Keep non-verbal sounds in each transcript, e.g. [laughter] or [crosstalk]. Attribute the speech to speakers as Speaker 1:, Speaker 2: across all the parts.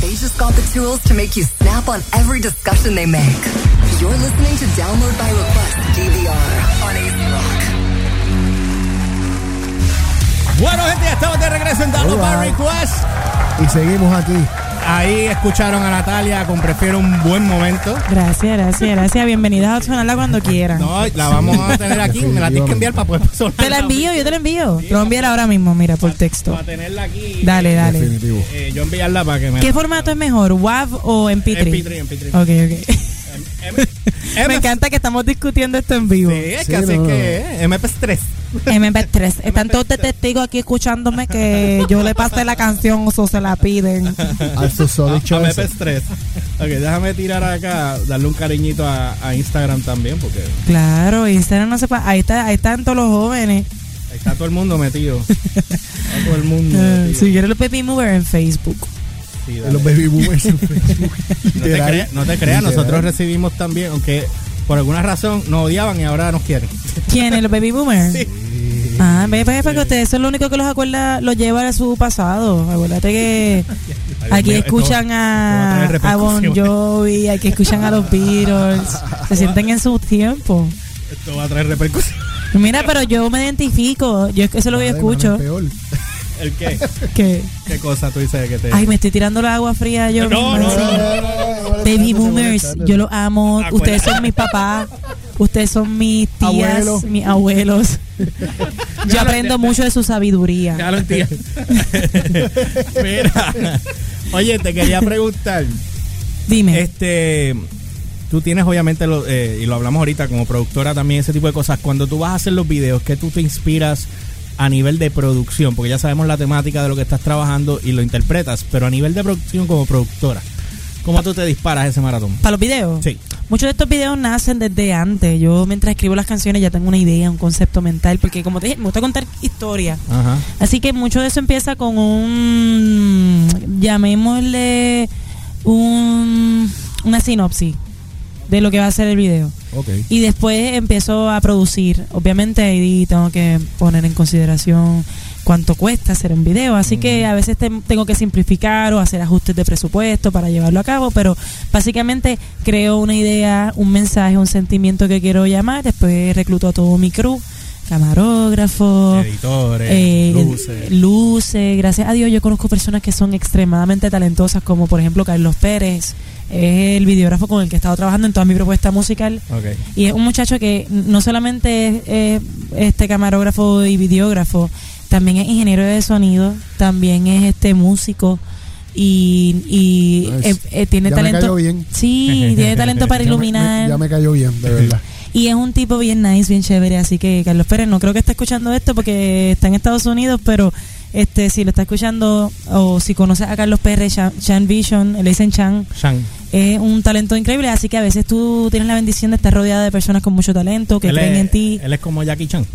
Speaker 1: They just got the tools to make you snap on every discussion they make. You're listening to Download by Request DVR on AC Rock.
Speaker 2: Bueno, gente, ya estamos de regreso en Download by
Speaker 3: Alright.
Speaker 2: Request.
Speaker 3: Y seguimos aquí.
Speaker 2: Ahí escucharon a Natalia con Prefiero un buen momento.
Speaker 4: Gracias, gracias, gracias. Bienvenidas a sonarla cuando quieran.
Speaker 2: No, la vamos a tener aquí. Me la tienes que enviar para poder sonar.
Speaker 4: Te la envío, yo te la envío. Te lo enviaré ahora mismo, mira, por texto.
Speaker 2: Para tenerla aquí.
Speaker 4: Dale, dale. [laughs]
Speaker 3: Definitivo.
Speaker 2: Eh, yo enviarla para que me.
Speaker 4: ¿Qué formato es mejor, WAV o MP3?
Speaker 2: MP3, MP3.
Speaker 4: Ok,
Speaker 2: M- M-
Speaker 4: ok. [laughs] Me encanta que estamos discutiendo esto en vivo.
Speaker 2: Em, Sí, es que
Speaker 3: Sí,
Speaker 2: así
Speaker 3: no.
Speaker 2: que. eh, MP3.
Speaker 4: MP3. Están todos de testigos aquí escuchándome que yo le pasé la canción o so se la piden.
Speaker 3: A su solid
Speaker 2: A
Speaker 3: choice.
Speaker 2: MP3. em, [laughs] Ok, déjame tirar acá, darle un cariñito a, a Instagram también, porque
Speaker 4: Claro, Instagram no se pa- Ahí, está, ahí están todos los jóvenes.
Speaker 2: ahí está todo el mundo
Speaker 4: [laughs]
Speaker 2: metido. Está todo el mundo
Speaker 4: Eh,
Speaker 2: metido.
Speaker 4: si quieres los Baby Mover en Facebook.
Speaker 2: Sí, dale.
Speaker 3: Los baby
Speaker 2: [laughs]
Speaker 3: boomers en Facebook.
Speaker 2: No te
Speaker 3: Literal.
Speaker 2: creas, no te creas, nosotros
Speaker 3: Literal.
Speaker 2: recibimos también, aunque por alguna razón nos odiaban y ahora nos quieren.
Speaker 4: ¿Quién es los Baby Boomer? Ah, ve, ve, porque ustedes son lo único que los acuerda, los lleva a su pasado.
Speaker 2: [laughs]
Speaker 4: Acuérdate que aquí
Speaker 2: Dios mío,
Speaker 4: escuchan
Speaker 2: esto va a
Speaker 4: a,
Speaker 2: tener
Speaker 4: a Bon
Speaker 2: repercusiones.
Speaker 4: Jovi, aquí escuchan a los Beatles, se sienten en su tiempo.
Speaker 2: [laughs] Esto va a traer repercusión.
Speaker 4: Mira, pero yo me identifico, yo eso es lo que yo
Speaker 3: Madre, mano,
Speaker 4: escucho.
Speaker 3: es peor. [laughs]
Speaker 2: ¿El qué?
Speaker 4: Que,
Speaker 2: ¿Qué cosa tú dices que te.?
Speaker 4: ay, me estoy tirando la agua fría yo.
Speaker 2: No,
Speaker 4: misma,
Speaker 2: no,
Speaker 4: sí.
Speaker 2: no, no,
Speaker 4: Baby boomers, yo los amo.
Speaker 2: Acuérdate.
Speaker 4: Ustedes son mis papás. Ustedes son mis tías,
Speaker 3: Abuelo.
Speaker 4: mis abuelos. Yo aprendo mucho de su sabiduría.
Speaker 2: Ya lo entiendo. [laughs] Mira. Oye, te quería preguntar.
Speaker 4: Dime.
Speaker 2: Este. Tú tienes obviamente, lo- eh, y lo hablamos ahorita como productora también, ese tipo de cosas. Cuando tú vas a hacer los videos, ¿qué tú te inspiras a nivel de producción? Porque ya sabemos la temática de lo que estás trabajando y lo interpretas, pero a nivel de producción como productora, ¿cómo tú te disparas ese maratón?
Speaker 4: ¿Para los videos?
Speaker 2: Sí.
Speaker 4: Muchos de estos videos nacen desde antes. Yo mientras escribo las canciones ya tengo una idea, un concepto mental, porque como te dije, me gusta contar historias.
Speaker 2: Ajá.
Speaker 4: Así que mucho de eso empieza con un, llamémosle, un, una sinopsis de lo que va a ser el video.
Speaker 3: Ok.
Speaker 4: Y después empiezo a producir. Obviamente ahí tengo que poner en consideración cuánto cuesta hacer un video. Así que a veces te- tengo que simplificar o hacer ajustes de presupuesto para llevarlo a cabo. Pero básicamente creo una idea, un mensaje, un sentimiento que quiero llamar. Después recluto a todo mi crew, camarógrafo.
Speaker 2: Editores,
Speaker 4: eh,
Speaker 2: luces.
Speaker 4: luces. gracias a Dios yo conozco personas que son extremadamente talentosas, como por ejemplo Carlos Pérez, es el videógrafo con el que he estado trabajando en toda mi propuesta musical.
Speaker 2: Ok.
Speaker 4: Y es un muchacho que no solamente es, eh, este camarógrafo y videógrafo, también es ingeniero de sonido, también es este músico y, y,
Speaker 3: Nice.
Speaker 4: eh, eh, tiene
Speaker 3: Ya me
Speaker 4: talento.
Speaker 3: cayó bien.
Speaker 4: Sí, tiene talento
Speaker 3: [laughs]
Speaker 4: para
Speaker 3: Ya me-
Speaker 4: iluminar.
Speaker 3: me- Ya me cayó bien, de verdad.
Speaker 2: Eh,
Speaker 4: Y es un tipo bien nice, bien chévere. Así que Carlos Pérez, no creo que esté escuchando esto porque está en Estados Unidos, pero este si lo está escuchando o si conoces a Carlos Pérez, Chan, Chan Vision, le dicen Chan,
Speaker 2: Shan.
Speaker 4: es un talento increíble. Así que a veces tú tienes la bendición de estar rodeada de personas con mucho talento, que
Speaker 2: Él
Speaker 4: creen
Speaker 2: es-
Speaker 4: en ti.
Speaker 2: Él es como Jackie Chan.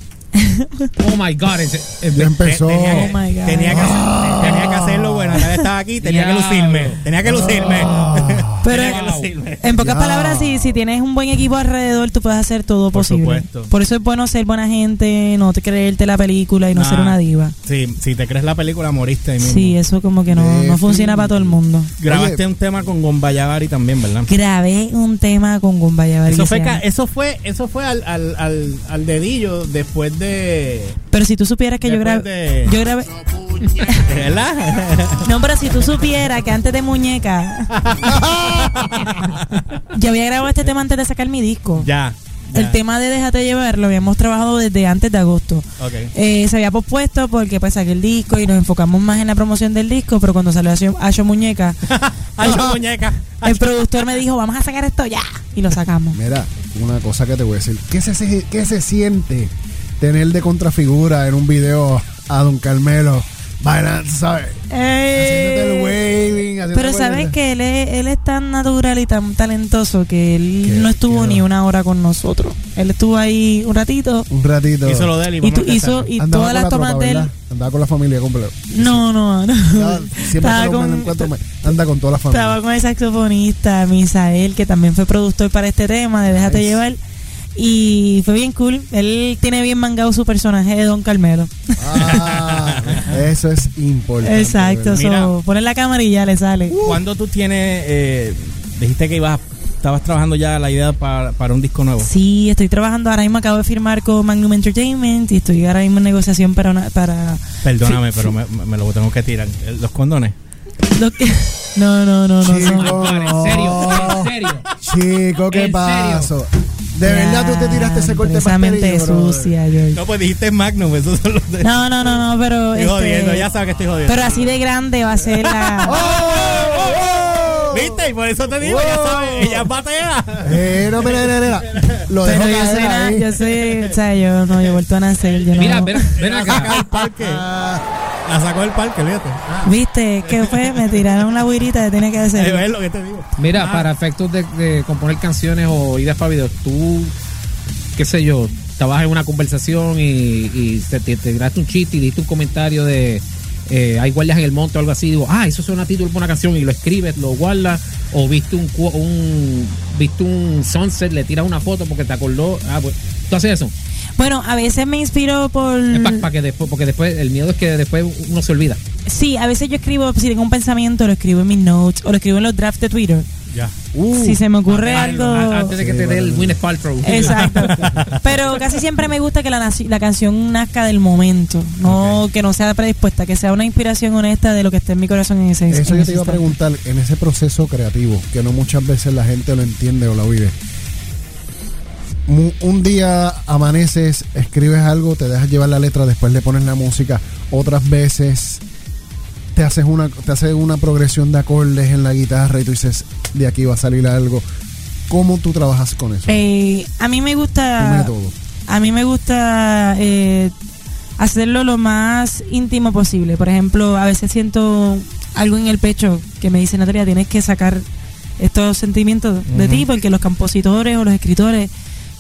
Speaker 2: oh my God.
Speaker 5: eh,
Speaker 2: eh,
Speaker 3: Ya empezó. Ah.
Speaker 2: Tenía,
Speaker 4: Oh my God.
Speaker 2: tenía que, hacer- tenía que hacerlo bueno. Nadie estaba aquí. Tenía que lucirme. Tenía que lucirme.
Speaker 3: Ah.
Speaker 2: [laughs]
Speaker 4: Pero
Speaker 2: tenía que lucirme.
Speaker 4: [laughs] en pocas
Speaker 3: Ya.
Speaker 4: palabras, si, si tienes un buen equipo alrededor, tú puedes hacer todo
Speaker 2: Por
Speaker 4: posible.
Speaker 2: supuesto.
Speaker 4: Por eso es bueno ser buena gente, no te creerte la película y no
Speaker 2: Nah.
Speaker 4: ser una diva.
Speaker 2: Sí, si te crees la película, moriste ahí Ah, mismo.
Speaker 4: Sí, eso como que no, no funciona para todo el mundo.
Speaker 2: Grabaste
Speaker 3: Oye.
Speaker 2: un tema con Gombayabari también, ¿verdad?
Speaker 4: grabé un tema con Gumbayabar.
Speaker 2: Eso fue, ca- eso fue, eso fue al, al, al, al dedillo después de.
Speaker 4: Pero si tú supieras que yo
Speaker 2: Después
Speaker 4: grabé,
Speaker 2: de-
Speaker 4: yo grabé.
Speaker 2: ¿Verdad?
Speaker 4: No, pero si tú supieras que antes de muñeca, yo había grabado este tema antes de sacar mi disco.
Speaker 2: [laughs] ya. ya.
Speaker 4: El tema de Déjate llevar lo habíamos trabajado desde antes de agosto.
Speaker 2: Ok. [laughs]
Speaker 4: Eh, se había pospuesto porque pues saqué el disco y nos enfocamos más en la promoción del disco, pero cuando salió Ayo-
Speaker 3: [laughs]
Speaker 4: Ayo Muñeca,
Speaker 2: Ay, yo, muñeca.
Speaker 4: el productor me dijo, vamos a sacar esto ya. Y lo sacamos.
Speaker 3: Mira, una cosa que te voy a decir. ¿Qué se, se- qué se siente tener de contrafigura en un video a Don Carmelo bailando, ¿sabes? Haciéndote el waving, haciéndote
Speaker 4: Eh, Pero
Speaker 3: el-
Speaker 4: sabes que él es, él es tan natural y tan talentoso que él
Speaker 3: Qué-
Speaker 4: no estuvo
Speaker 3: qué-
Speaker 4: ni una hora con nosotros. Él estuvo ahí un ratito
Speaker 3: Un ratito.
Speaker 2: Hizo lo de él y,
Speaker 4: y,
Speaker 2: vamos
Speaker 4: tú-
Speaker 2: a
Speaker 4: hizo
Speaker 2: casarnos.
Speaker 4: y
Speaker 3: Andaba
Speaker 4: todas
Speaker 3: con
Speaker 4: las
Speaker 3: la tropa,
Speaker 4: tomas de él.
Speaker 3: ¿verdad? Andaba con la familia completa.
Speaker 4: No, no, no. [laughs]
Speaker 3: Andaba- Siempre
Speaker 4: estaba,
Speaker 3: se lo ponen en
Speaker 4: con,
Speaker 3: cuatro meses. Anda con toda la familia.
Speaker 4: estaba con el saxofonista Misael, que también fue productor para este tema de Déjate
Speaker 3: Nice.
Speaker 4: llevar. Y fue bien cool. Él tiene bien mangado su personaje de Don Carmelo. [laughs]
Speaker 3: Ah, eso es importante.
Speaker 4: Exacto.
Speaker 3: ¿verdad?
Speaker 2: Mira.
Speaker 4: So, pones la cámara y ya le sale.
Speaker 3: Uh.
Speaker 2: ¿Cuándo tú tienes, eh, dijiste que ibas, estabas trabajando ya la idea para, para un disco nuevo?
Speaker 4: Sí, estoy trabajando. Ahora mismo acabo de firmar con Magnum Entertainment y estoy ahora mismo en negociación para una, para
Speaker 2: Perdóname, pero me, me lo tengo que tirar. Eh, Los condones.
Speaker 4: lo que [laughs] no no no no. no.
Speaker 3: Chico,
Speaker 5: Para, en
Speaker 3: Oh, no.
Speaker 5: serio, en serio.
Speaker 3: Chico, ¿qué
Speaker 5: ¿En
Speaker 3: pasó? De verdad tú te tiraste ese corte
Speaker 4: Esa mente
Speaker 3: pastelillo, brother?
Speaker 4: sucia, George.
Speaker 2: No, pues dijiste Magnum, esos son los de...
Speaker 4: No, no, no, no, pero.
Speaker 2: Estoy
Speaker 4: este,
Speaker 2: jodiendo, ya sabes que estoy jodiendo.
Speaker 4: Pero así de grande va a
Speaker 3: [laughs]
Speaker 4: ser la.
Speaker 3: ¡Oh!
Speaker 2: ¿Viste? Y por eso te digo, ya
Speaker 3: Wow.
Speaker 2: sabes, ella
Speaker 4: [laughs]
Speaker 2: batea.
Speaker 3: Eh, no, mira, mira, mira. Lo dejo
Speaker 4: pero yo soy,
Speaker 3: caer
Speaker 4: na-
Speaker 3: ahí.
Speaker 4: yo soy, o sea, yo no, yo he vuelto a nacer, yo no-
Speaker 5: Mira, ven, ven
Speaker 2: La sacó
Speaker 5: acá.
Speaker 2: del parque. La sacó del parque, fíjate.
Speaker 4: Ah, Viste, que fue, me tiraron la guirita que tiene que
Speaker 2: Eh,
Speaker 4: hacer.
Speaker 2: ¿Ves lo que te digo?
Speaker 5: Mira, para efectos de, de componer canciones o ideas para videos, tú, qué sé yo, estabas en una conversación y, y te, te, te tiraste un chiste y diste un comentario de eh, hay guardias en el monte o algo así, digo, ah, eso suena a título para una canción y lo escribes, lo guardas, o viste un, cu- un viste un sunset, le tiras una foto porque te acordó, ah, pues, tú haces eso.
Speaker 4: Bueno, a veces me inspiro por.
Speaker 5: Es para que después, porque después el miedo es que después uno se olvida.
Speaker 4: Sí, a veces yo escribo, si tengo un pensamiento, lo escribo en mis notes o lo escribo en los drafts de Twitter.
Speaker 2: Ya.
Speaker 3: Uh,
Speaker 4: si se me ocurre
Speaker 5: A-
Speaker 4: algo.
Speaker 5: Antes de que te dé el Winnie Paltrow.
Speaker 4: [laughs]
Speaker 5: [laughs]
Speaker 4: Exacto. Pero casi siempre me gusta que la, naci- la canción nazca del momento, no que no sea predispuesta, que sea una inspiración honesta de lo que esté en mi corazón en ese
Speaker 3: Eso
Speaker 4: en
Speaker 3: yo te
Speaker 4: ese
Speaker 3: iba a
Speaker 4: instante.
Speaker 3: preguntar, en ese proceso creativo, que no muchas veces la gente lo entiende o lo vive. Mu- Un día amaneces, escribes algo, te dejas llevar la letra, después le pones la música. Otras veces te haces una, te haces una progresión de acordes en la guitarra y tú dices, de aquí va a salir algo. ¿Cómo tú trabajas con eso?
Speaker 4: Eh, a mí me
Speaker 3: Tu
Speaker 4: gusta.
Speaker 3: método.
Speaker 4: A mí me gusta eh, hacerlo lo más íntimo posible. Por ejemplo, a veces siento algo en el pecho que me dice Natalia, tienes que sacar estos sentimientos de ti, porque los compositores o los escritores,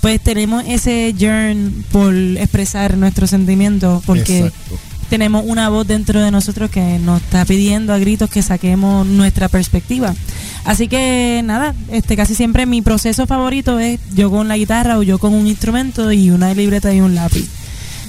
Speaker 4: pues tenemos ese yearn por expresar nuestros sentimientos, porque
Speaker 3: Exacto.
Speaker 4: tenemos una voz dentro de nosotros que nos está pidiendo a gritos que saquemos nuestra perspectiva. Así que nada, este casi siempre mi proceso favorito es yo con la guitarra o yo con un instrumento y una libreta y un lápiz.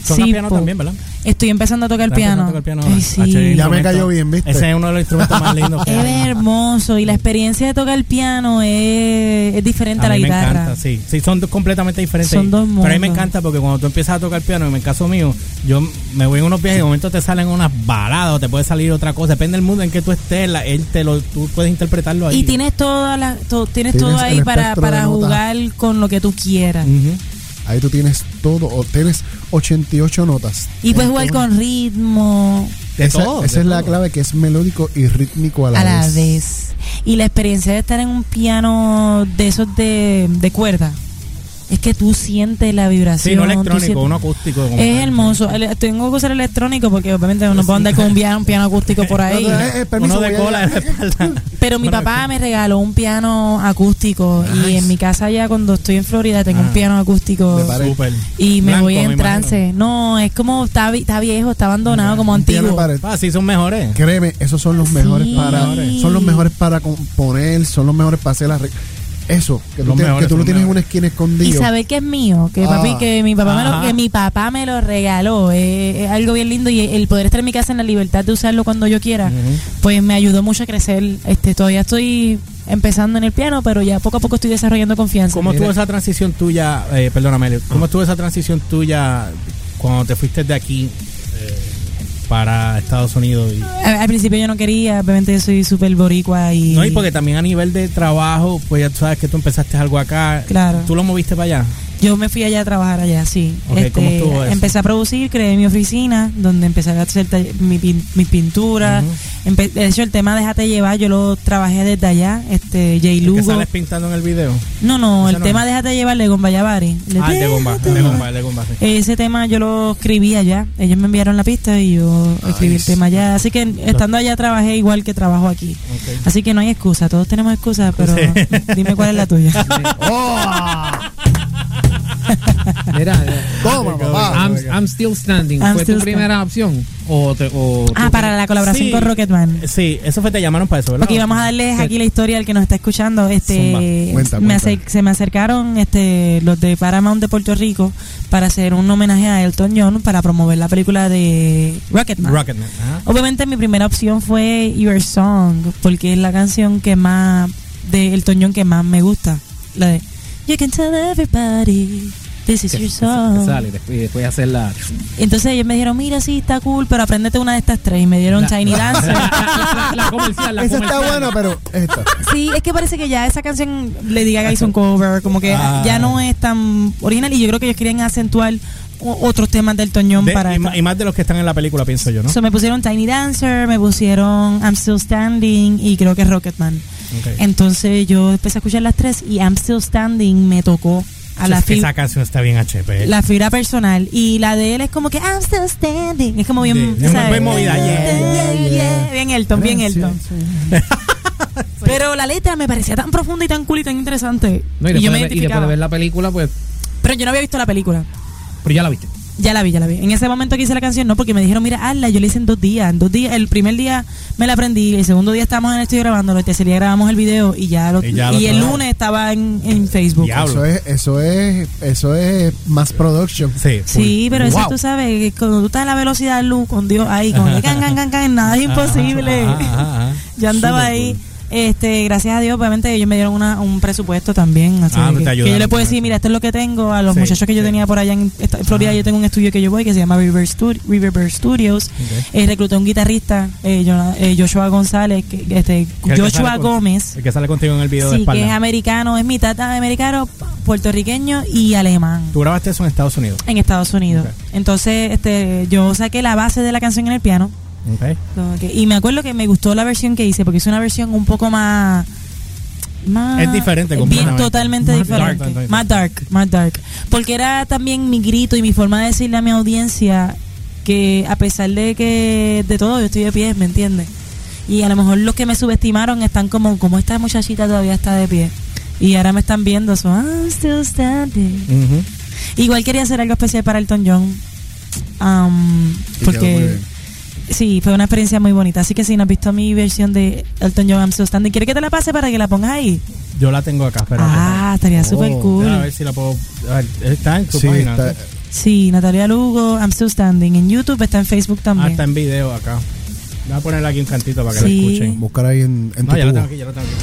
Speaker 2: Tocas piano
Speaker 4: po.
Speaker 2: también, ¿verdad?
Speaker 4: Estoy empezando a tocar
Speaker 2: Estás empezando
Speaker 4: piano.
Speaker 2: a tocar piano
Speaker 4: Ay,
Speaker 2: ahora.
Speaker 4: sí.
Speaker 2: Ah, chévere.
Speaker 3: Ya me
Speaker 2: Instrumento.
Speaker 3: cayó bien, ¿viste?
Speaker 2: Ese es uno de los instrumentos más lindos. que hay.
Speaker 4: Es hermoso y la experiencia de tocar el piano es, es diferente a, la
Speaker 2: mí
Speaker 4: guitarra.
Speaker 2: Me encanta, sí. Sí, son dos completamente diferentes.
Speaker 4: Son dos
Speaker 2: Pero a mí me
Speaker 4: mundos.
Speaker 2: encanta porque cuando tú empiezas a tocar piano, en el caso mío, yo me voy en unos viajes y de momento te salen unas baladas o te puede salir otra cosa. Depende del mundo en que tú estés, la- él te lo, tú puedes interpretarlo ahí.
Speaker 4: Y tienes toda la, to- tienes,
Speaker 3: Tienes
Speaker 4: todo
Speaker 3: el
Speaker 4: ahí para,
Speaker 3: espectro de
Speaker 4: para
Speaker 3: notas. Mm.
Speaker 4: jugar con lo que tú quieras.
Speaker 2: Ujú.
Speaker 3: Ahí tú tienes todo, o tienes 88 notas.
Speaker 4: Y puedes jugar
Speaker 3: Entonces-
Speaker 4: con ritmo.
Speaker 2: De
Speaker 3: esa
Speaker 2: todo,
Speaker 3: esa
Speaker 2: de
Speaker 3: es la
Speaker 2: todo.
Speaker 3: clave que es melódico y rítmico a la,
Speaker 4: a la
Speaker 3: vez.
Speaker 4: vez. Y la experiencia de estar en un piano de esos de, de cuerda, es que tú sientes la vibración.
Speaker 2: Sí, no
Speaker 4: tú
Speaker 2: electrónico,
Speaker 4: sientes-
Speaker 2: uno acústico. como
Speaker 4: Es
Speaker 2: tal.
Speaker 4: hermoso. El- tengo que usar electrónico porque obviamente no puedo andar con un piano, un piano acústico por ahí.
Speaker 3: No, no, eh, eh, permiso,
Speaker 2: uno de
Speaker 3: voy a-
Speaker 2: cola en la
Speaker 3: [laughs]
Speaker 2: espalda.
Speaker 4: Pero mi
Speaker 2: Uno de-
Speaker 4: papá me regaló un piano acústico y en mi casa ya cuando estoy en Florida tengo
Speaker 2: Ah.
Speaker 4: un piano acústico.
Speaker 3: De pared.
Speaker 2: Súper.
Speaker 4: Y me
Speaker 2: Blanco,
Speaker 4: voy en
Speaker 2: imagino.
Speaker 4: trance. No, es como está, vi- está viejo, está abandonado, como
Speaker 3: Un piano
Speaker 4: antiguo.
Speaker 3: para-
Speaker 2: Ah, sí, son mejores.
Speaker 3: Créeme, esos son los mejores
Speaker 4: Sí.
Speaker 3: para son los mejores para componer, son los mejores para hacer las re- eso que tú,
Speaker 2: Los
Speaker 3: te-
Speaker 2: mejores,
Speaker 3: que tú lo
Speaker 2: los
Speaker 3: tienes en
Speaker 2: mejores.
Speaker 3: una esquina
Speaker 4: Y
Speaker 3: escondido.
Speaker 4: saber que es mío, que papi,
Speaker 3: Ah.
Speaker 4: que mi papá me lo,
Speaker 2: Ajá.
Speaker 4: que mi papá me lo regaló, es, es algo bien lindo y el poder estar en mi casa en la libertad de usarlo cuando yo quiera, pues me ayudó mucho a crecer. Este, todavía estoy empezando en el piano, pero ya poco a poco estoy desarrollando confianza.
Speaker 2: ¿Cómo
Speaker 5: Mira.
Speaker 2: estuvo esa transición tuya? Eh, perdóname, Leo. ¿cómo estuvo esa transición tuya cuando te fuiste de aquí eh, para Estados Unidos? Y,
Speaker 4: A- Al, principio yo no quería, obviamente yo soy súper boricua y,
Speaker 2: No, y porque también a nivel de trabajo, pues ya tú sabes que tú empezaste algo acá.
Speaker 4: Claro.
Speaker 2: ¿Tú lo moviste para allá?
Speaker 4: yo me fui allá a trabajar allá, sí. Este,
Speaker 2: Ok, ¿cómo estuvo eso?
Speaker 4: Empecé a producir, creé mi oficina, donde empecé a hacer tall- mi, pin- mis pinturas. Empe- de hecho, el tema Déjate Llevar, yo lo trabajé desde allá, este, Jay
Speaker 2: ¿Y que
Speaker 4: Lugo.
Speaker 2: sales pintando en el video?
Speaker 4: No, no,
Speaker 2: Ese
Speaker 4: el
Speaker 2: no.
Speaker 4: tema Déjate llevar de Gomba Yavari.
Speaker 2: ah, el de bomba, el de bomba, el de bomba. sí.
Speaker 4: Ese tema yo lo escribí allá. Ellos me enviaron la pista y yo escribí el tema allá. Así que estando allá trabajé igual que trabajo aquí.
Speaker 2: Ok.
Speaker 4: Así que no hay excusa. Todos tenemos excusas,
Speaker 2: [laughs]
Speaker 4: pero
Speaker 2: Sí.
Speaker 4: dime cuál es la tuya.
Speaker 3: ¡Oh!
Speaker 5: Mira, eh,
Speaker 3: [laughs] Toma, papá. Wow.
Speaker 5: I'm, I'm Still Standing.
Speaker 4: I'm
Speaker 5: ¿Fue
Speaker 4: still
Speaker 5: tu
Speaker 4: standing.
Speaker 5: primera opción? O te- o
Speaker 4: Ah,
Speaker 5: tu-
Speaker 4: para la colaboración
Speaker 2: Sí.
Speaker 4: con Rocketman.
Speaker 2: Ah, Sí, eso fue, te llamaron para eso, ¿verdad?
Speaker 4: Porque vamos a darles
Speaker 2: Sí.
Speaker 4: aquí la historia al que nos está escuchando.
Speaker 2: Zumba.
Speaker 4: Este,
Speaker 3: Cuenta,
Speaker 4: me
Speaker 3: cuenta.
Speaker 4: acer- se me acercaron este, los de Paramount de Puerto Rico para hacer un homenaje a Elton John para promover la película de Rocketman.
Speaker 2: Rocketman. ajá.
Speaker 4: Obviamente mi primera opción fue Your Song, porque es la canción que más de Elton John que más me gusta, la de You can tell everybody this is
Speaker 5: que-
Speaker 4: your
Speaker 5: que
Speaker 4: song.
Speaker 5: sale, y después, y después hacer la. [laughs]
Speaker 4: Entonces ellos me dijeron, "Mira, sí, está cool, pero apréndete una de estas tres." Y me dieron
Speaker 2: [laughs]
Speaker 5: La-
Speaker 4: Tiny Dancer.
Speaker 5: la, la comercial, la
Speaker 3: Esa está
Speaker 5: comercial.
Speaker 3: buena, pero esta.
Speaker 4: Sí, es que parece que ya esa canción le diga que hizo un cover, como que
Speaker 2: Ah.
Speaker 4: ya no es tan original y yo creo que ellos querían acentuar o- otros temas del Toñón
Speaker 2: De-
Speaker 4: para
Speaker 2: y,
Speaker 4: esta-
Speaker 2: ma- y más de los que están en la película, pienso yo, ¿no?
Speaker 4: So, me pusieron Tiny Dancer, me pusieron I'm Still Standing y creo que Rocketman.
Speaker 2: Ok.
Speaker 4: Entonces yo empecé a escuchar las tres y I'm Still Standing me tocó a la
Speaker 2: Es que
Speaker 4: fila
Speaker 2: esa canción está bien ¿eh? HP.
Speaker 4: la fibra personal y la de él es como que I'm still standing es como bien
Speaker 2: Sí, es
Speaker 4: ¿sabes?
Speaker 2: bien movida, yeah,
Speaker 3: yeah, yeah.
Speaker 4: bien Elton bien
Speaker 3: Gracias.
Speaker 4: Elton pero la letra me parecía tan profunda y tan cool y tan interesante
Speaker 5: No,
Speaker 4: y,
Speaker 5: y, después
Speaker 4: yo me
Speaker 5: de, ver- y después
Speaker 4: identificaba
Speaker 5: de ver la película, pues.
Speaker 4: pero yo no había visto la película
Speaker 5: Pero ya la viste.
Speaker 4: ya la vi, ya la vi. En ese momento que hice la canción, no, porque me dijeron, mira, hazla. Yo la hice en dos días. En dos días, el primer día me la aprendí, el segundo día estábamos en el estudio grabándolo, el tercer día grabamos el video y ya lo-
Speaker 2: Y
Speaker 4: y,
Speaker 2: ya lo
Speaker 4: el
Speaker 2: trabajaron.
Speaker 4: lunes estaba en, en Facebook.
Speaker 2: Diablo.
Speaker 3: Eso es, eso es, eso es más production.
Speaker 2: Sí, full.
Speaker 4: Sí, pero eso
Speaker 3: Wow.
Speaker 4: tú sabes, que cuando tú estás en la velocidad de luz, con Dios ahí,
Speaker 2: [laughs]
Speaker 4: con el can, can, can, can, nada es imposible.
Speaker 2: Ajá, ajá, ajá.
Speaker 4: Yo andaba
Speaker 2: Súper
Speaker 4: ahí.
Speaker 2: cool.
Speaker 4: Este, gracias a Dios, obviamente ellos me dieron una- un presupuesto también. Así
Speaker 2: Ah,
Speaker 4: que-
Speaker 2: te
Speaker 4: que,
Speaker 2: ayudaron
Speaker 4: yo le
Speaker 2: con
Speaker 4: puedo
Speaker 2: eso.
Speaker 4: decir, mira, esto es lo que tengo. A los
Speaker 2: Sí,
Speaker 4: muchachos que yo
Speaker 2: sí.
Speaker 4: tenía por allá en, esta- en Florida, yo tengo un estudio que yo voy que se llama River, Stud- Riverber Studios. Eh, recluté un guitarrista, eh, Jona- eh, Joshua González, que- que este,
Speaker 2: Que el que
Speaker 4: [laughs] Joshua
Speaker 2: sale con-
Speaker 4: Gómez.
Speaker 2: El que sale contigo en el video de
Speaker 4: Sí, que es
Speaker 2: espalda.
Speaker 4: americano, es mitad americano, puertorriqueño y alemán.
Speaker 2: Tú grabaste eso en Estados Unidos.
Speaker 4: En Estados Unidos.
Speaker 2: Ok.
Speaker 4: Entonces, este, yo saqué la base de la canción en el piano.
Speaker 2: Ok.
Speaker 4: Como que- y me acuerdo que me gustó la versión que hice, porque hice una versión un poco más. más
Speaker 2: Es diferente
Speaker 4: Bien,
Speaker 2: completamente.
Speaker 4: totalmente
Speaker 2: Más
Speaker 4: diferente.
Speaker 2: dark.
Speaker 4: más dark, más dark. Porque era también mi grito y mi forma de decirle a mi audiencia que, a pesar de que de todo, yo estoy de pie, ¿me entiendes? Y a lo mejor los que me subestimaron están como, como esta muchachita todavía está de pie. Y ahora me están viendo, so, I'm still standing.
Speaker 2: Ujú.
Speaker 4: Igual quería hacer algo especial para Elton John.
Speaker 3: Y quedó
Speaker 4: am,
Speaker 3: muy
Speaker 4: porque
Speaker 3: bien.
Speaker 4: sí, fue una experiencia muy bonita. Así que si no has visto mi versión de Elton John I'm So Standing, ¿quieres que te la pase para que la pongas ahí?
Speaker 2: Yo la tengo acá, espera.
Speaker 4: ah, estaría
Speaker 2: Oh,
Speaker 4: súper cool.
Speaker 2: A ver si la puedo. a ver, está en tu
Speaker 3: Sí,
Speaker 2: página.
Speaker 3: está-
Speaker 2: ¿sí?
Speaker 4: Sí, Natalia Lugo, I'm Still Standing. En YouTube, está en Facebook
Speaker 2: Ah,
Speaker 4: también.
Speaker 2: está en video acá. Voy a ponerle aquí un cantito para que
Speaker 4: Sí.
Speaker 2: la escuchen.
Speaker 3: buscar ahí en, en
Speaker 2: No,
Speaker 3: tu
Speaker 2: ya la
Speaker 3: tubo.
Speaker 2: tengo aquí, ya la tengo aquí.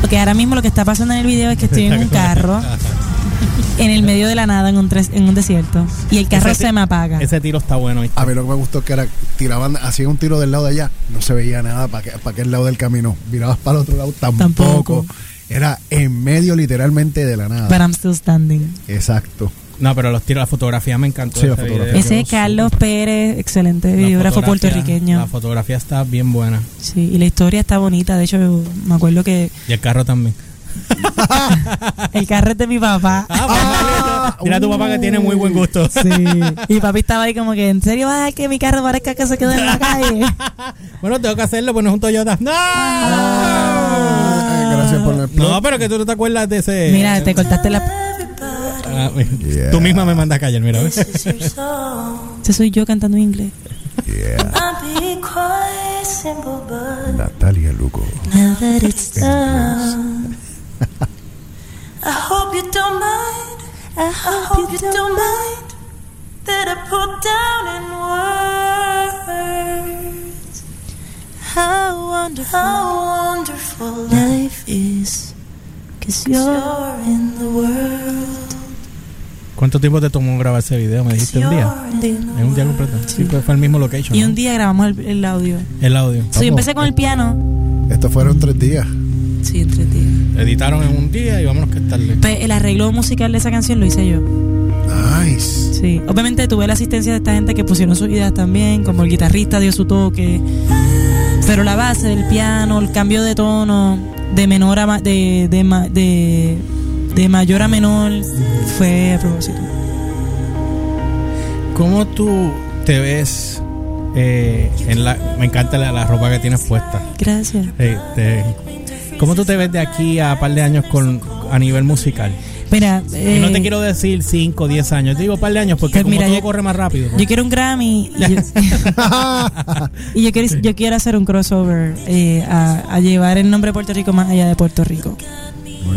Speaker 4: Porque ahora mismo lo que está pasando en el video es que estoy en un carro, [laughs] en el medio de la nada, en un, tres- en un desierto. Y el carro
Speaker 2: Ese ti-
Speaker 4: se me apaga.
Speaker 2: Ese tiro está bueno. ¿viste?
Speaker 3: A mí lo que me gustó que era tiraban, hacían un tiro del lado de allá, no se veía nada para aquel, para aquel lado del camino. Mirabas para el otro lado tampoco.
Speaker 4: Tampoco.
Speaker 3: Era en medio literalmente de la nada.
Speaker 4: But I'm still standing.
Speaker 3: Exacto.
Speaker 2: No, pero los tiros, la fotografía me encantó.
Speaker 3: Sí,
Speaker 2: de
Speaker 3: la
Speaker 2: ese
Speaker 3: fotografía.
Speaker 2: video.
Speaker 4: Ese es Carlos Pérez, excelente
Speaker 2: La
Speaker 4: videógrafo
Speaker 2: fotografía-
Speaker 4: puertorriqueño.
Speaker 2: La fotografía está bien buena.
Speaker 4: Sí, y la historia está bonita. De hecho, yo me acuerdo que
Speaker 2: Y el carro también.
Speaker 4: el carro es de mi papá.
Speaker 2: Ah, pues. Mira a tu papá que tiene muy buen gusto.
Speaker 4: Sí. Y papi estaba ahí como que, ¿en serio vas a dejar que mi carro parezca que se quedó en la calle?
Speaker 2: [laughs] Bueno, tengo que hacerlo, pues no es un Toyota. ¡No!
Speaker 3: Ah, eh, gracias por el plug.
Speaker 2: No, pero que tú no te acuerdas de ese.
Speaker 4: Mira, te cortaste la...
Speaker 2: Ah, Tú misma me mandas a callar, mira. ¿ves?
Speaker 4: Ese soy yo cantando en inglés.
Speaker 3: Yeah.
Speaker 6: I'll be quite simple, but
Speaker 3: Natalia Lugo.
Speaker 6: now that it's done, I hope you don't mind. I hope you don't mind that I put down in words how wonderful, how wonderful life is. Cause you're in the world.
Speaker 2: ¿Cuánto tiempo te tomó grabar ese video? Me dijiste un día.
Speaker 6: You're in the
Speaker 2: En un día completo. Sí, pues fue el mismo location.
Speaker 4: Y un
Speaker 2: ¿no?
Speaker 4: día grabamos el, el audio.
Speaker 2: El audio.
Speaker 4: So, yo empecé con el piano.
Speaker 3: Estos fueron tres días.
Speaker 4: Sí, entre ti.
Speaker 2: Editaron en un día y vámonos que es tarde.
Speaker 4: Pe- El arreglo musical de esa canción lo hice yo.
Speaker 3: Nice.
Speaker 4: Sí. Obviamente tuve la asistencia de esta gente que pusieron sus ideas también, como el guitarrista dio su toque. Pero la base del piano, el cambio de tono, de menor a ma- de, de, ma- de, de mayor a menor, fue a propósito.
Speaker 2: ¿Cómo tú te ves eh, en la... Me encanta la, la ropa que tienes puesta.
Speaker 4: Gracias.
Speaker 2: Eh, te- ¿Cómo tú te ves de aquí a un par de años con, a nivel musical?
Speaker 4: Mira,
Speaker 2: Y no
Speaker 4: eh,
Speaker 2: te quiero decir 5, 10 años, te digo un par de años porque
Speaker 4: Pues
Speaker 2: como
Speaker 4: mira,
Speaker 2: todo
Speaker 4: yo-
Speaker 2: corre más rápido. pues.
Speaker 4: yo quiero un Grammy y yo, [laughs] y yo quiero, yo quiero hacer un crossover eh, a, a llevar el nombre de Puerto Rico más allá de Puerto Rico.
Speaker 2: [laughs]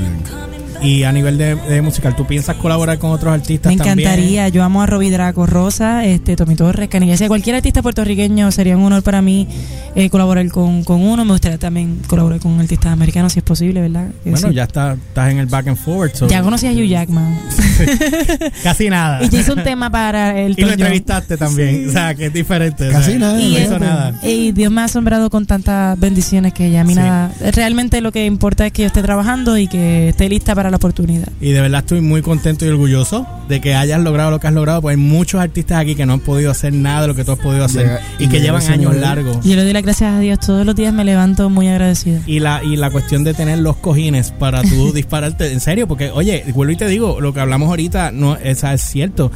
Speaker 2: Y a nivel de, de musical, ¿tú piensas colaborar con otros artistas
Speaker 4: Me
Speaker 2: también?
Speaker 4: encantaría. Yo amo a Robbie Draco, Rosa, este, Tommy Torres, Canilla. Si cualquier artista puertorriqueño sería un honor para mí eh, colaborar con, con uno. Me gustaría también colaborar con artistas americanos si es posible, ¿verdad? Que
Speaker 2: Bueno,
Speaker 4: sí.
Speaker 2: ya está, estás en el back and forward. so-
Speaker 4: Ya conocí a
Speaker 2: [laughs]
Speaker 4: Hugh Jackman. [laughs]
Speaker 2: Casi nada. [laughs]
Speaker 4: y ya hice un tema para el
Speaker 2: Y lo entrevistaste también. O sea, que es diferente. o
Speaker 3: Casi
Speaker 2: sea,
Speaker 3: nada,
Speaker 2: No
Speaker 4: Y,
Speaker 2: hizo
Speaker 4: eh,
Speaker 2: nada.
Speaker 4: y Dios me ha asombrado con tantas bendiciones que ya a mí
Speaker 2: Sí.
Speaker 4: nada. Realmente lo que importa es que yo esté trabajando y que esté lista para la oportunidad.
Speaker 2: Y de verdad estoy muy contento y orgulloso de que hayas logrado lo que has logrado, porque hay muchos artistas aquí que no han podido hacer nada de lo que tú has podido hacer
Speaker 3: Llega-
Speaker 2: y que
Speaker 3: llega
Speaker 2: llevan
Speaker 3: ese
Speaker 2: años
Speaker 3: nivel.
Speaker 2: largos.
Speaker 4: Yo le doy las gracias a Dios. Todos los días me levanto muy agradecida.
Speaker 2: Y la, y la cuestión de tener los cojines para
Speaker 4: [laughs]
Speaker 2: tú dispararte, en serio, porque oye, vuelvo y te digo, lo que hablamos ahorita no esa es cierto.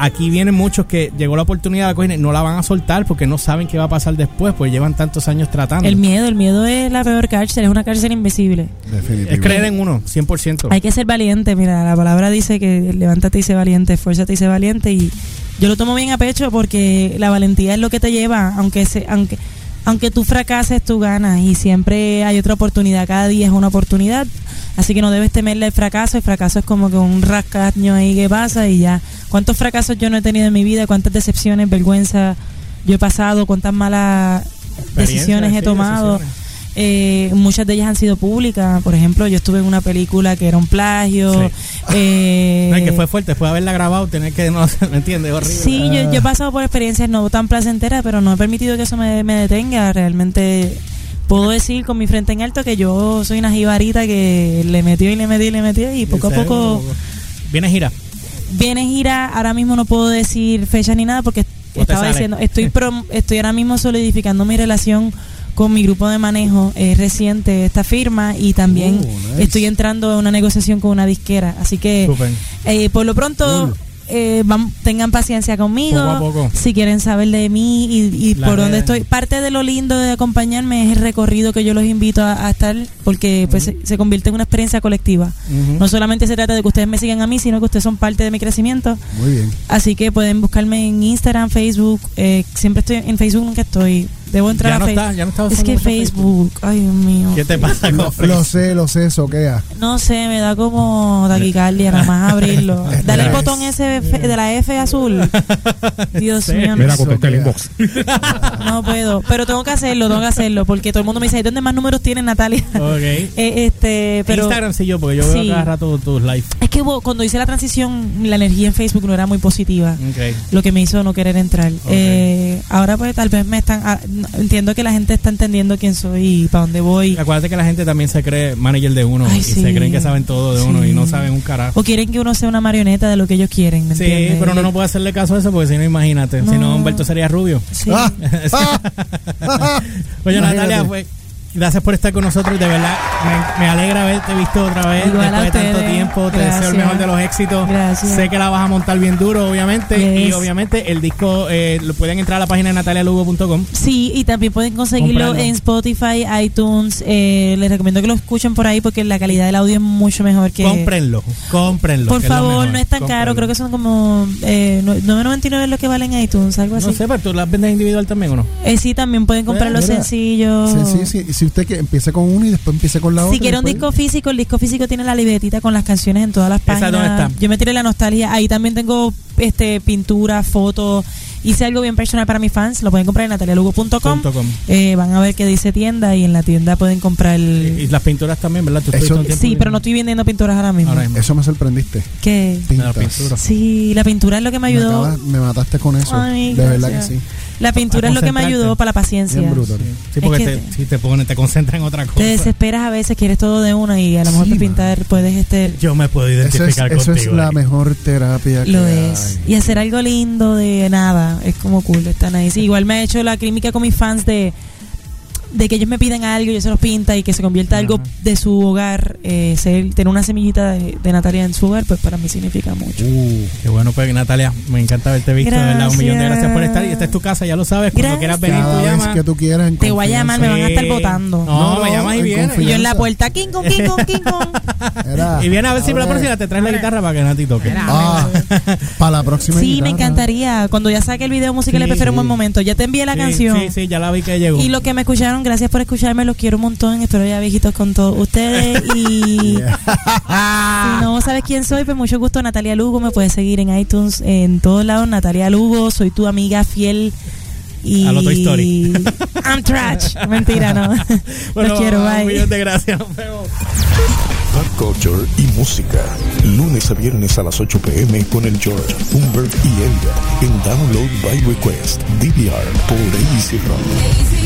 Speaker 2: Aquí vienen muchos que llegó la oportunidad de la cojines, no la van a soltar porque no saben qué va a pasar después, pues llevan tantos años tratando.
Speaker 4: El miedo, el miedo es la peor cárcel, es una cárcel invisible.
Speaker 3: Definitivo.
Speaker 2: es creer en uno, 100%.
Speaker 4: Hay que ser valiente, mira, la palabra dice que levántate y sé valiente, esfuérzate y sé valiente y yo lo tomo bien a pecho porque la valentía es lo que te lleva, aunque se, aunque aunque tú fracases, tú ganas y siempre hay otra oportunidad, cada día es una oportunidad, así que no debes temerle el fracaso, el fracaso es como que un rascaño ahí que pasa y ya. ¿Cuántos fracasos yo no he tenido en mi vida? ¿Cuántas decepciones, vergüenza yo he pasado? ¿Cuántas malas decisiones
Speaker 2: sí,
Speaker 4: he tomado?
Speaker 2: decisiones.
Speaker 4: Eh, muchas de ellas han sido públicas. Por ejemplo, yo estuve en una película que era un plagio.
Speaker 2: Sí.
Speaker 4: eh,
Speaker 2: No, es que fue fuerte, después de haberla grabado, tener que no, [laughs] ¿me entiendes? Es Horrible. Ah.
Speaker 4: Sí, yo, yo he pasado por experiencias no tan placenteras, pero no he permitido que eso me, me detenga. Realmente puedo decir con mi frente en alto que yo soy una jibarita que le metió y le metió y le metió y poco a
Speaker 2: Ah, Ese es
Speaker 4: poco
Speaker 2: un- Viene gira.
Speaker 4: viene gira. Ahora mismo no puedo decir fecha ni nada porque
Speaker 2: te
Speaker 4: estaba
Speaker 2: sale.
Speaker 4: diciendo,
Speaker 2: [laughs]
Speaker 4: estoy, prom- estoy ahora mismo solidificando mi relación con mi grupo de manejo eh, reciente esta firma y también
Speaker 3: Oh, nice.
Speaker 4: estoy entrando a una negociación con una disquera. Así que
Speaker 2: Súper.
Speaker 4: eh, por lo pronto, eh, vam- tengan paciencia conmigo.
Speaker 2: Poco a poco.
Speaker 4: Si quieren saber de mí y, y
Speaker 2: Las
Speaker 4: por dónde
Speaker 2: redes.
Speaker 4: estoy. Parte de lo lindo de acompañarme es el recorrido que yo los invito a, a estar, porque pues, se, se convierte en una experiencia colectiva.
Speaker 2: Ujú.
Speaker 4: No solamente se trata de que ustedes me sigan a mí, sino que ustedes son parte de mi crecimiento.
Speaker 3: Muy bien.
Speaker 4: Así que pueden buscarme en Instagram, Facebook. eh, siempre estoy en Facebook, nunca estoy. Debo entrar
Speaker 2: Ya
Speaker 4: a
Speaker 2: no
Speaker 4: Facebook.
Speaker 2: está, ya no está
Speaker 4: es
Speaker 2: usando
Speaker 4: que
Speaker 2: mucho
Speaker 4: Facebook, ay Dios mío.
Speaker 2: ¿Qué te pasa con
Speaker 3: Lo, lo
Speaker 2: Facebook?
Speaker 3: sé, lo sé,
Speaker 4: [laughs]
Speaker 3: soquea.
Speaker 4: No sé, me da como
Speaker 2: [laughs]
Speaker 4: taquicardia nada más abrirlo. Dale el botón ese de F- de la F
Speaker 2: [laughs]
Speaker 4: azul. Dios mío, Ah, no,
Speaker 5: Mira, contesta el
Speaker 3: Eso,
Speaker 5: inbox.
Speaker 4: no puedo. Pero tengo que hacerlo, tengo que hacerlo. Porque todo el mundo me dice, "¿Y ¿dónde más números tiene Natalia?
Speaker 2: Ok.
Speaker 4: [laughs] Eh, este, pero
Speaker 2: Instagram sí yo, porque yo veo
Speaker 4: Sí.
Speaker 2: cada rato tus live.
Speaker 4: es que hubo- cuando hice la transición, la energía en Facebook no era muy positiva.
Speaker 2: Ok.
Speaker 4: Lo que me hizo no querer entrar. Eh, ahora pues tal vez me están... ah, no, entiendo que la gente está entendiendo quién soy y para dónde voy.
Speaker 2: Acuérdate que la gente también se cree manager de uno
Speaker 4: Ay,
Speaker 2: y
Speaker 4: sí.
Speaker 2: se creen que saben todo de uno
Speaker 4: Sí.
Speaker 2: y no saben un carajo.
Speaker 4: O quieren que uno sea una marioneta de lo que ellos quieren, ¿me
Speaker 2: Sí,
Speaker 4: entiendes?
Speaker 2: pero uno no puede hacerle caso a eso porque si no, imagínate. Si no,
Speaker 4: No.
Speaker 2: Humberto sería rubio.
Speaker 4: Sí.
Speaker 2: [laughs]
Speaker 3: Ah, ah, ah.
Speaker 2: Oye,
Speaker 3: Imagínate.
Speaker 2: Natalia, pues, gracias por estar con nosotros. De verdad, me, me alegra haberte visto otra vez
Speaker 4: Igual a
Speaker 2: después de tanto
Speaker 4: ustedes.
Speaker 2: tiempo. Te deseo el
Speaker 4: Gracias.
Speaker 2: mejor de los éxitos.
Speaker 4: Gracias.
Speaker 2: Sé que la vas a montar bien duro, obviamente. Y
Speaker 4: Yes.
Speaker 2: obviamente, el disco eh, lo pueden entrar a la página de natalialugo.com.
Speaker 4: Sí, y también pueden conseguirlo
Speaker 2: Comprarlo.
Speaker 4: en Spotify, iTunes. eh, les recomiendo que lo escuchen por ahí porque la calidad del audio es mucho mejor que...
Speaker 2: Cómprenlo, cómprenlo.
Speaker 4: Por
Speaker 2: que es lo
Speaker 4: favor,
Speaker 2: mejor.
Speaker 4: no es tan
Speaker 2: Cómprenlo.
Speaker 4: caro. Creo que son como eh, no- 9.99 lo que valen iTunes, algo así.
Speaker 2: No sé, pero tú las vendes individual también o no.
Speaker 4: Eh, sí, también pueden comprar
Speaker 3: Mira,
Speaker 4: los
Speaker 3: mira.
Speaker 4: sencillos.
Speaker 3: Sí, sí, sí. Y Si usted que empiece con uno y después empiece con la otra.
Speaker 4: Si quiere un disco
Speaker 3: después-
Speaker 4: físico, el disco físico tiene la libretita con las canciones en todas las
Speaker 2: ¿Esa
Speaker 4: páginas.
Speaker 2: dónde está?
Speaker 4: Yo me tiré la nostalgia. Ahí también tengo este pintura, fotos. Hice algo bien personal para mis fans. Lo pueden comprar en natalialugo.com.
Speaker 2: Punto com.
Speaker 4: Eh, van a ver que dice tienda y en la tienda pueden comprar
Speaker 2: Y
Speaker 4: el...
Speaker 2: las pinturas también, ¿verdad? Tú
Speaker 3: Eso-
Speaker 2: estuviste un tiempo
Speaker 4: Sí, pero no estoy vendiendo pinturas ahora mismo.
Speaker 2: Ahora mismo.
Speaker 3: Eso me sorprendiste.
Speaker 4: Que
Speaker 2: La
Speaker 3: Pintas.
Speaker 2: pintura.
Speaker 4: sí, la pintura es lo que me
Speaker 3: Me,
Speaker 4: ayudó.
Speaker 3: acabas- me mataste con eso.
Speaker 4: Ay,
Speaker 3: de verdad que
Speaker 4: gracias.
Speaker 3: sí.
Speaker 4: La pintura
Speaker 2: A
Speaker 4: es lo que me
Speaker 2: concentrarte.
Speaker 4: ayudó para la paciencia.
Speaker 3: Bien brutal.
Speaker 2: Sí, sí, porque
Speaker 4: Es que
Speaker 2: te,
Speaker 4: te-
Speaker 2: sí, te ponen, te concentran en otra cosa.
Speaker 4: Te desesperas a veces, quieres todo de una y a lo mejor
Speaker 3: Sí,
Speaker 4: por
Speaker 3: mano.
Speaker 4: pintar puedes este
Speaker 2: Yo me puedo
Speaker 3: Eso es,
Speaker 2: identificar
Speaker 3: eso
Speaker 2: contigo. eh.
Speaker 3: es la
Speaker 2: ahí.
Speaker 3: mejor terapia que
Speaker 4: eh. Lo
Speaker 3: hay.
Speaker 4: es. Y hacer algo lindo de nada. Es como cool, están ahí. Sí, igual me ha hecho la química con mis fans de de que ellos me pidan algo y yo se los pinta y que se convierta algo
Speaker 2: Ajá.
Speaker 4: de su hogar, eh, ser- tener una semillita de, de Natalia en su hogar, pues para mí significa mucho.
Speaker 2: Qué bueno, pues Natalia, me encanta haberte visto. de verdad, un millón de gracias por estar. Y esta es tu casa, ya lo sabes. Cuando
Speaker 4: Gracias.
Speaker 2: quieras venir,
Speaker 3: Cada
Speaker 2: tú
Speaker 3: vez
Speaker 2: llamas.
Speaker 3: que tú quieras. en
Speaker 4: Te voy
Speaker 3: confianza.
Speaker 4: a llamar, me van a estar
Speaker 2: Sí.
Speaker 4: votando.
Speaker 2: No,
Speaker 3: No,
Speaker 2: me llamas y
Speaker 3: en
Speaker 2: vienes.
Speaker 4: Y yo en
Speaker 3: confianza.
Speaker 4: la puerta, king, con, king, con, king, con.
Speaker 3: [laughs] Era,
Speaker 2: Y viene a ver si para la próxima te traes la guitarra para que Nati toque.
Speaker 4: [laughs]
Speaker 3: Ah, para la próxima.
Speaker 4: Sí, me
Speaker 3: guitarra.
Speaker 4: encantaría. Cuando ya saque el video musical,
Speaker 2: Sí,
Speaker 4: le prefiero un buen
Speaker 3: sí.
Speaker 4: momento. Ya te envié la
Speaker 2: Sí,
Speaker 4: canción.
Speaker 2: Sí, sí, ya la vi que llegó.
Speaker 4: Y los que me escucharon, gracias por escucharme, los quiero un montón. Espero ya viejitos con
Speaker 2: [laughs]
Speaker 4: todos ustedes. Y si no sabes quién soy, pues mucho gusto, Natalia Lugo. Me puedes seguir en iTunes, en todos lados, Natalia Lugo. Soy tu amiga fiel. Y
Speaker 2: A la Toy Story. [laughs]
Speaker 4: I'm trash. Mentira, no.
Speaker 2: Bueno,
Speaker 4: los quiero,
Speaker 2: Un
Speaker 4: bye.
Speaker 2: millón de gracias. pues. Nos vemos.
Speaker 7: Pop Culture y música. Lunes a viernes a las 8 pm con el George, Humbert y Elga. En Download by Request. DVR por AC Rock.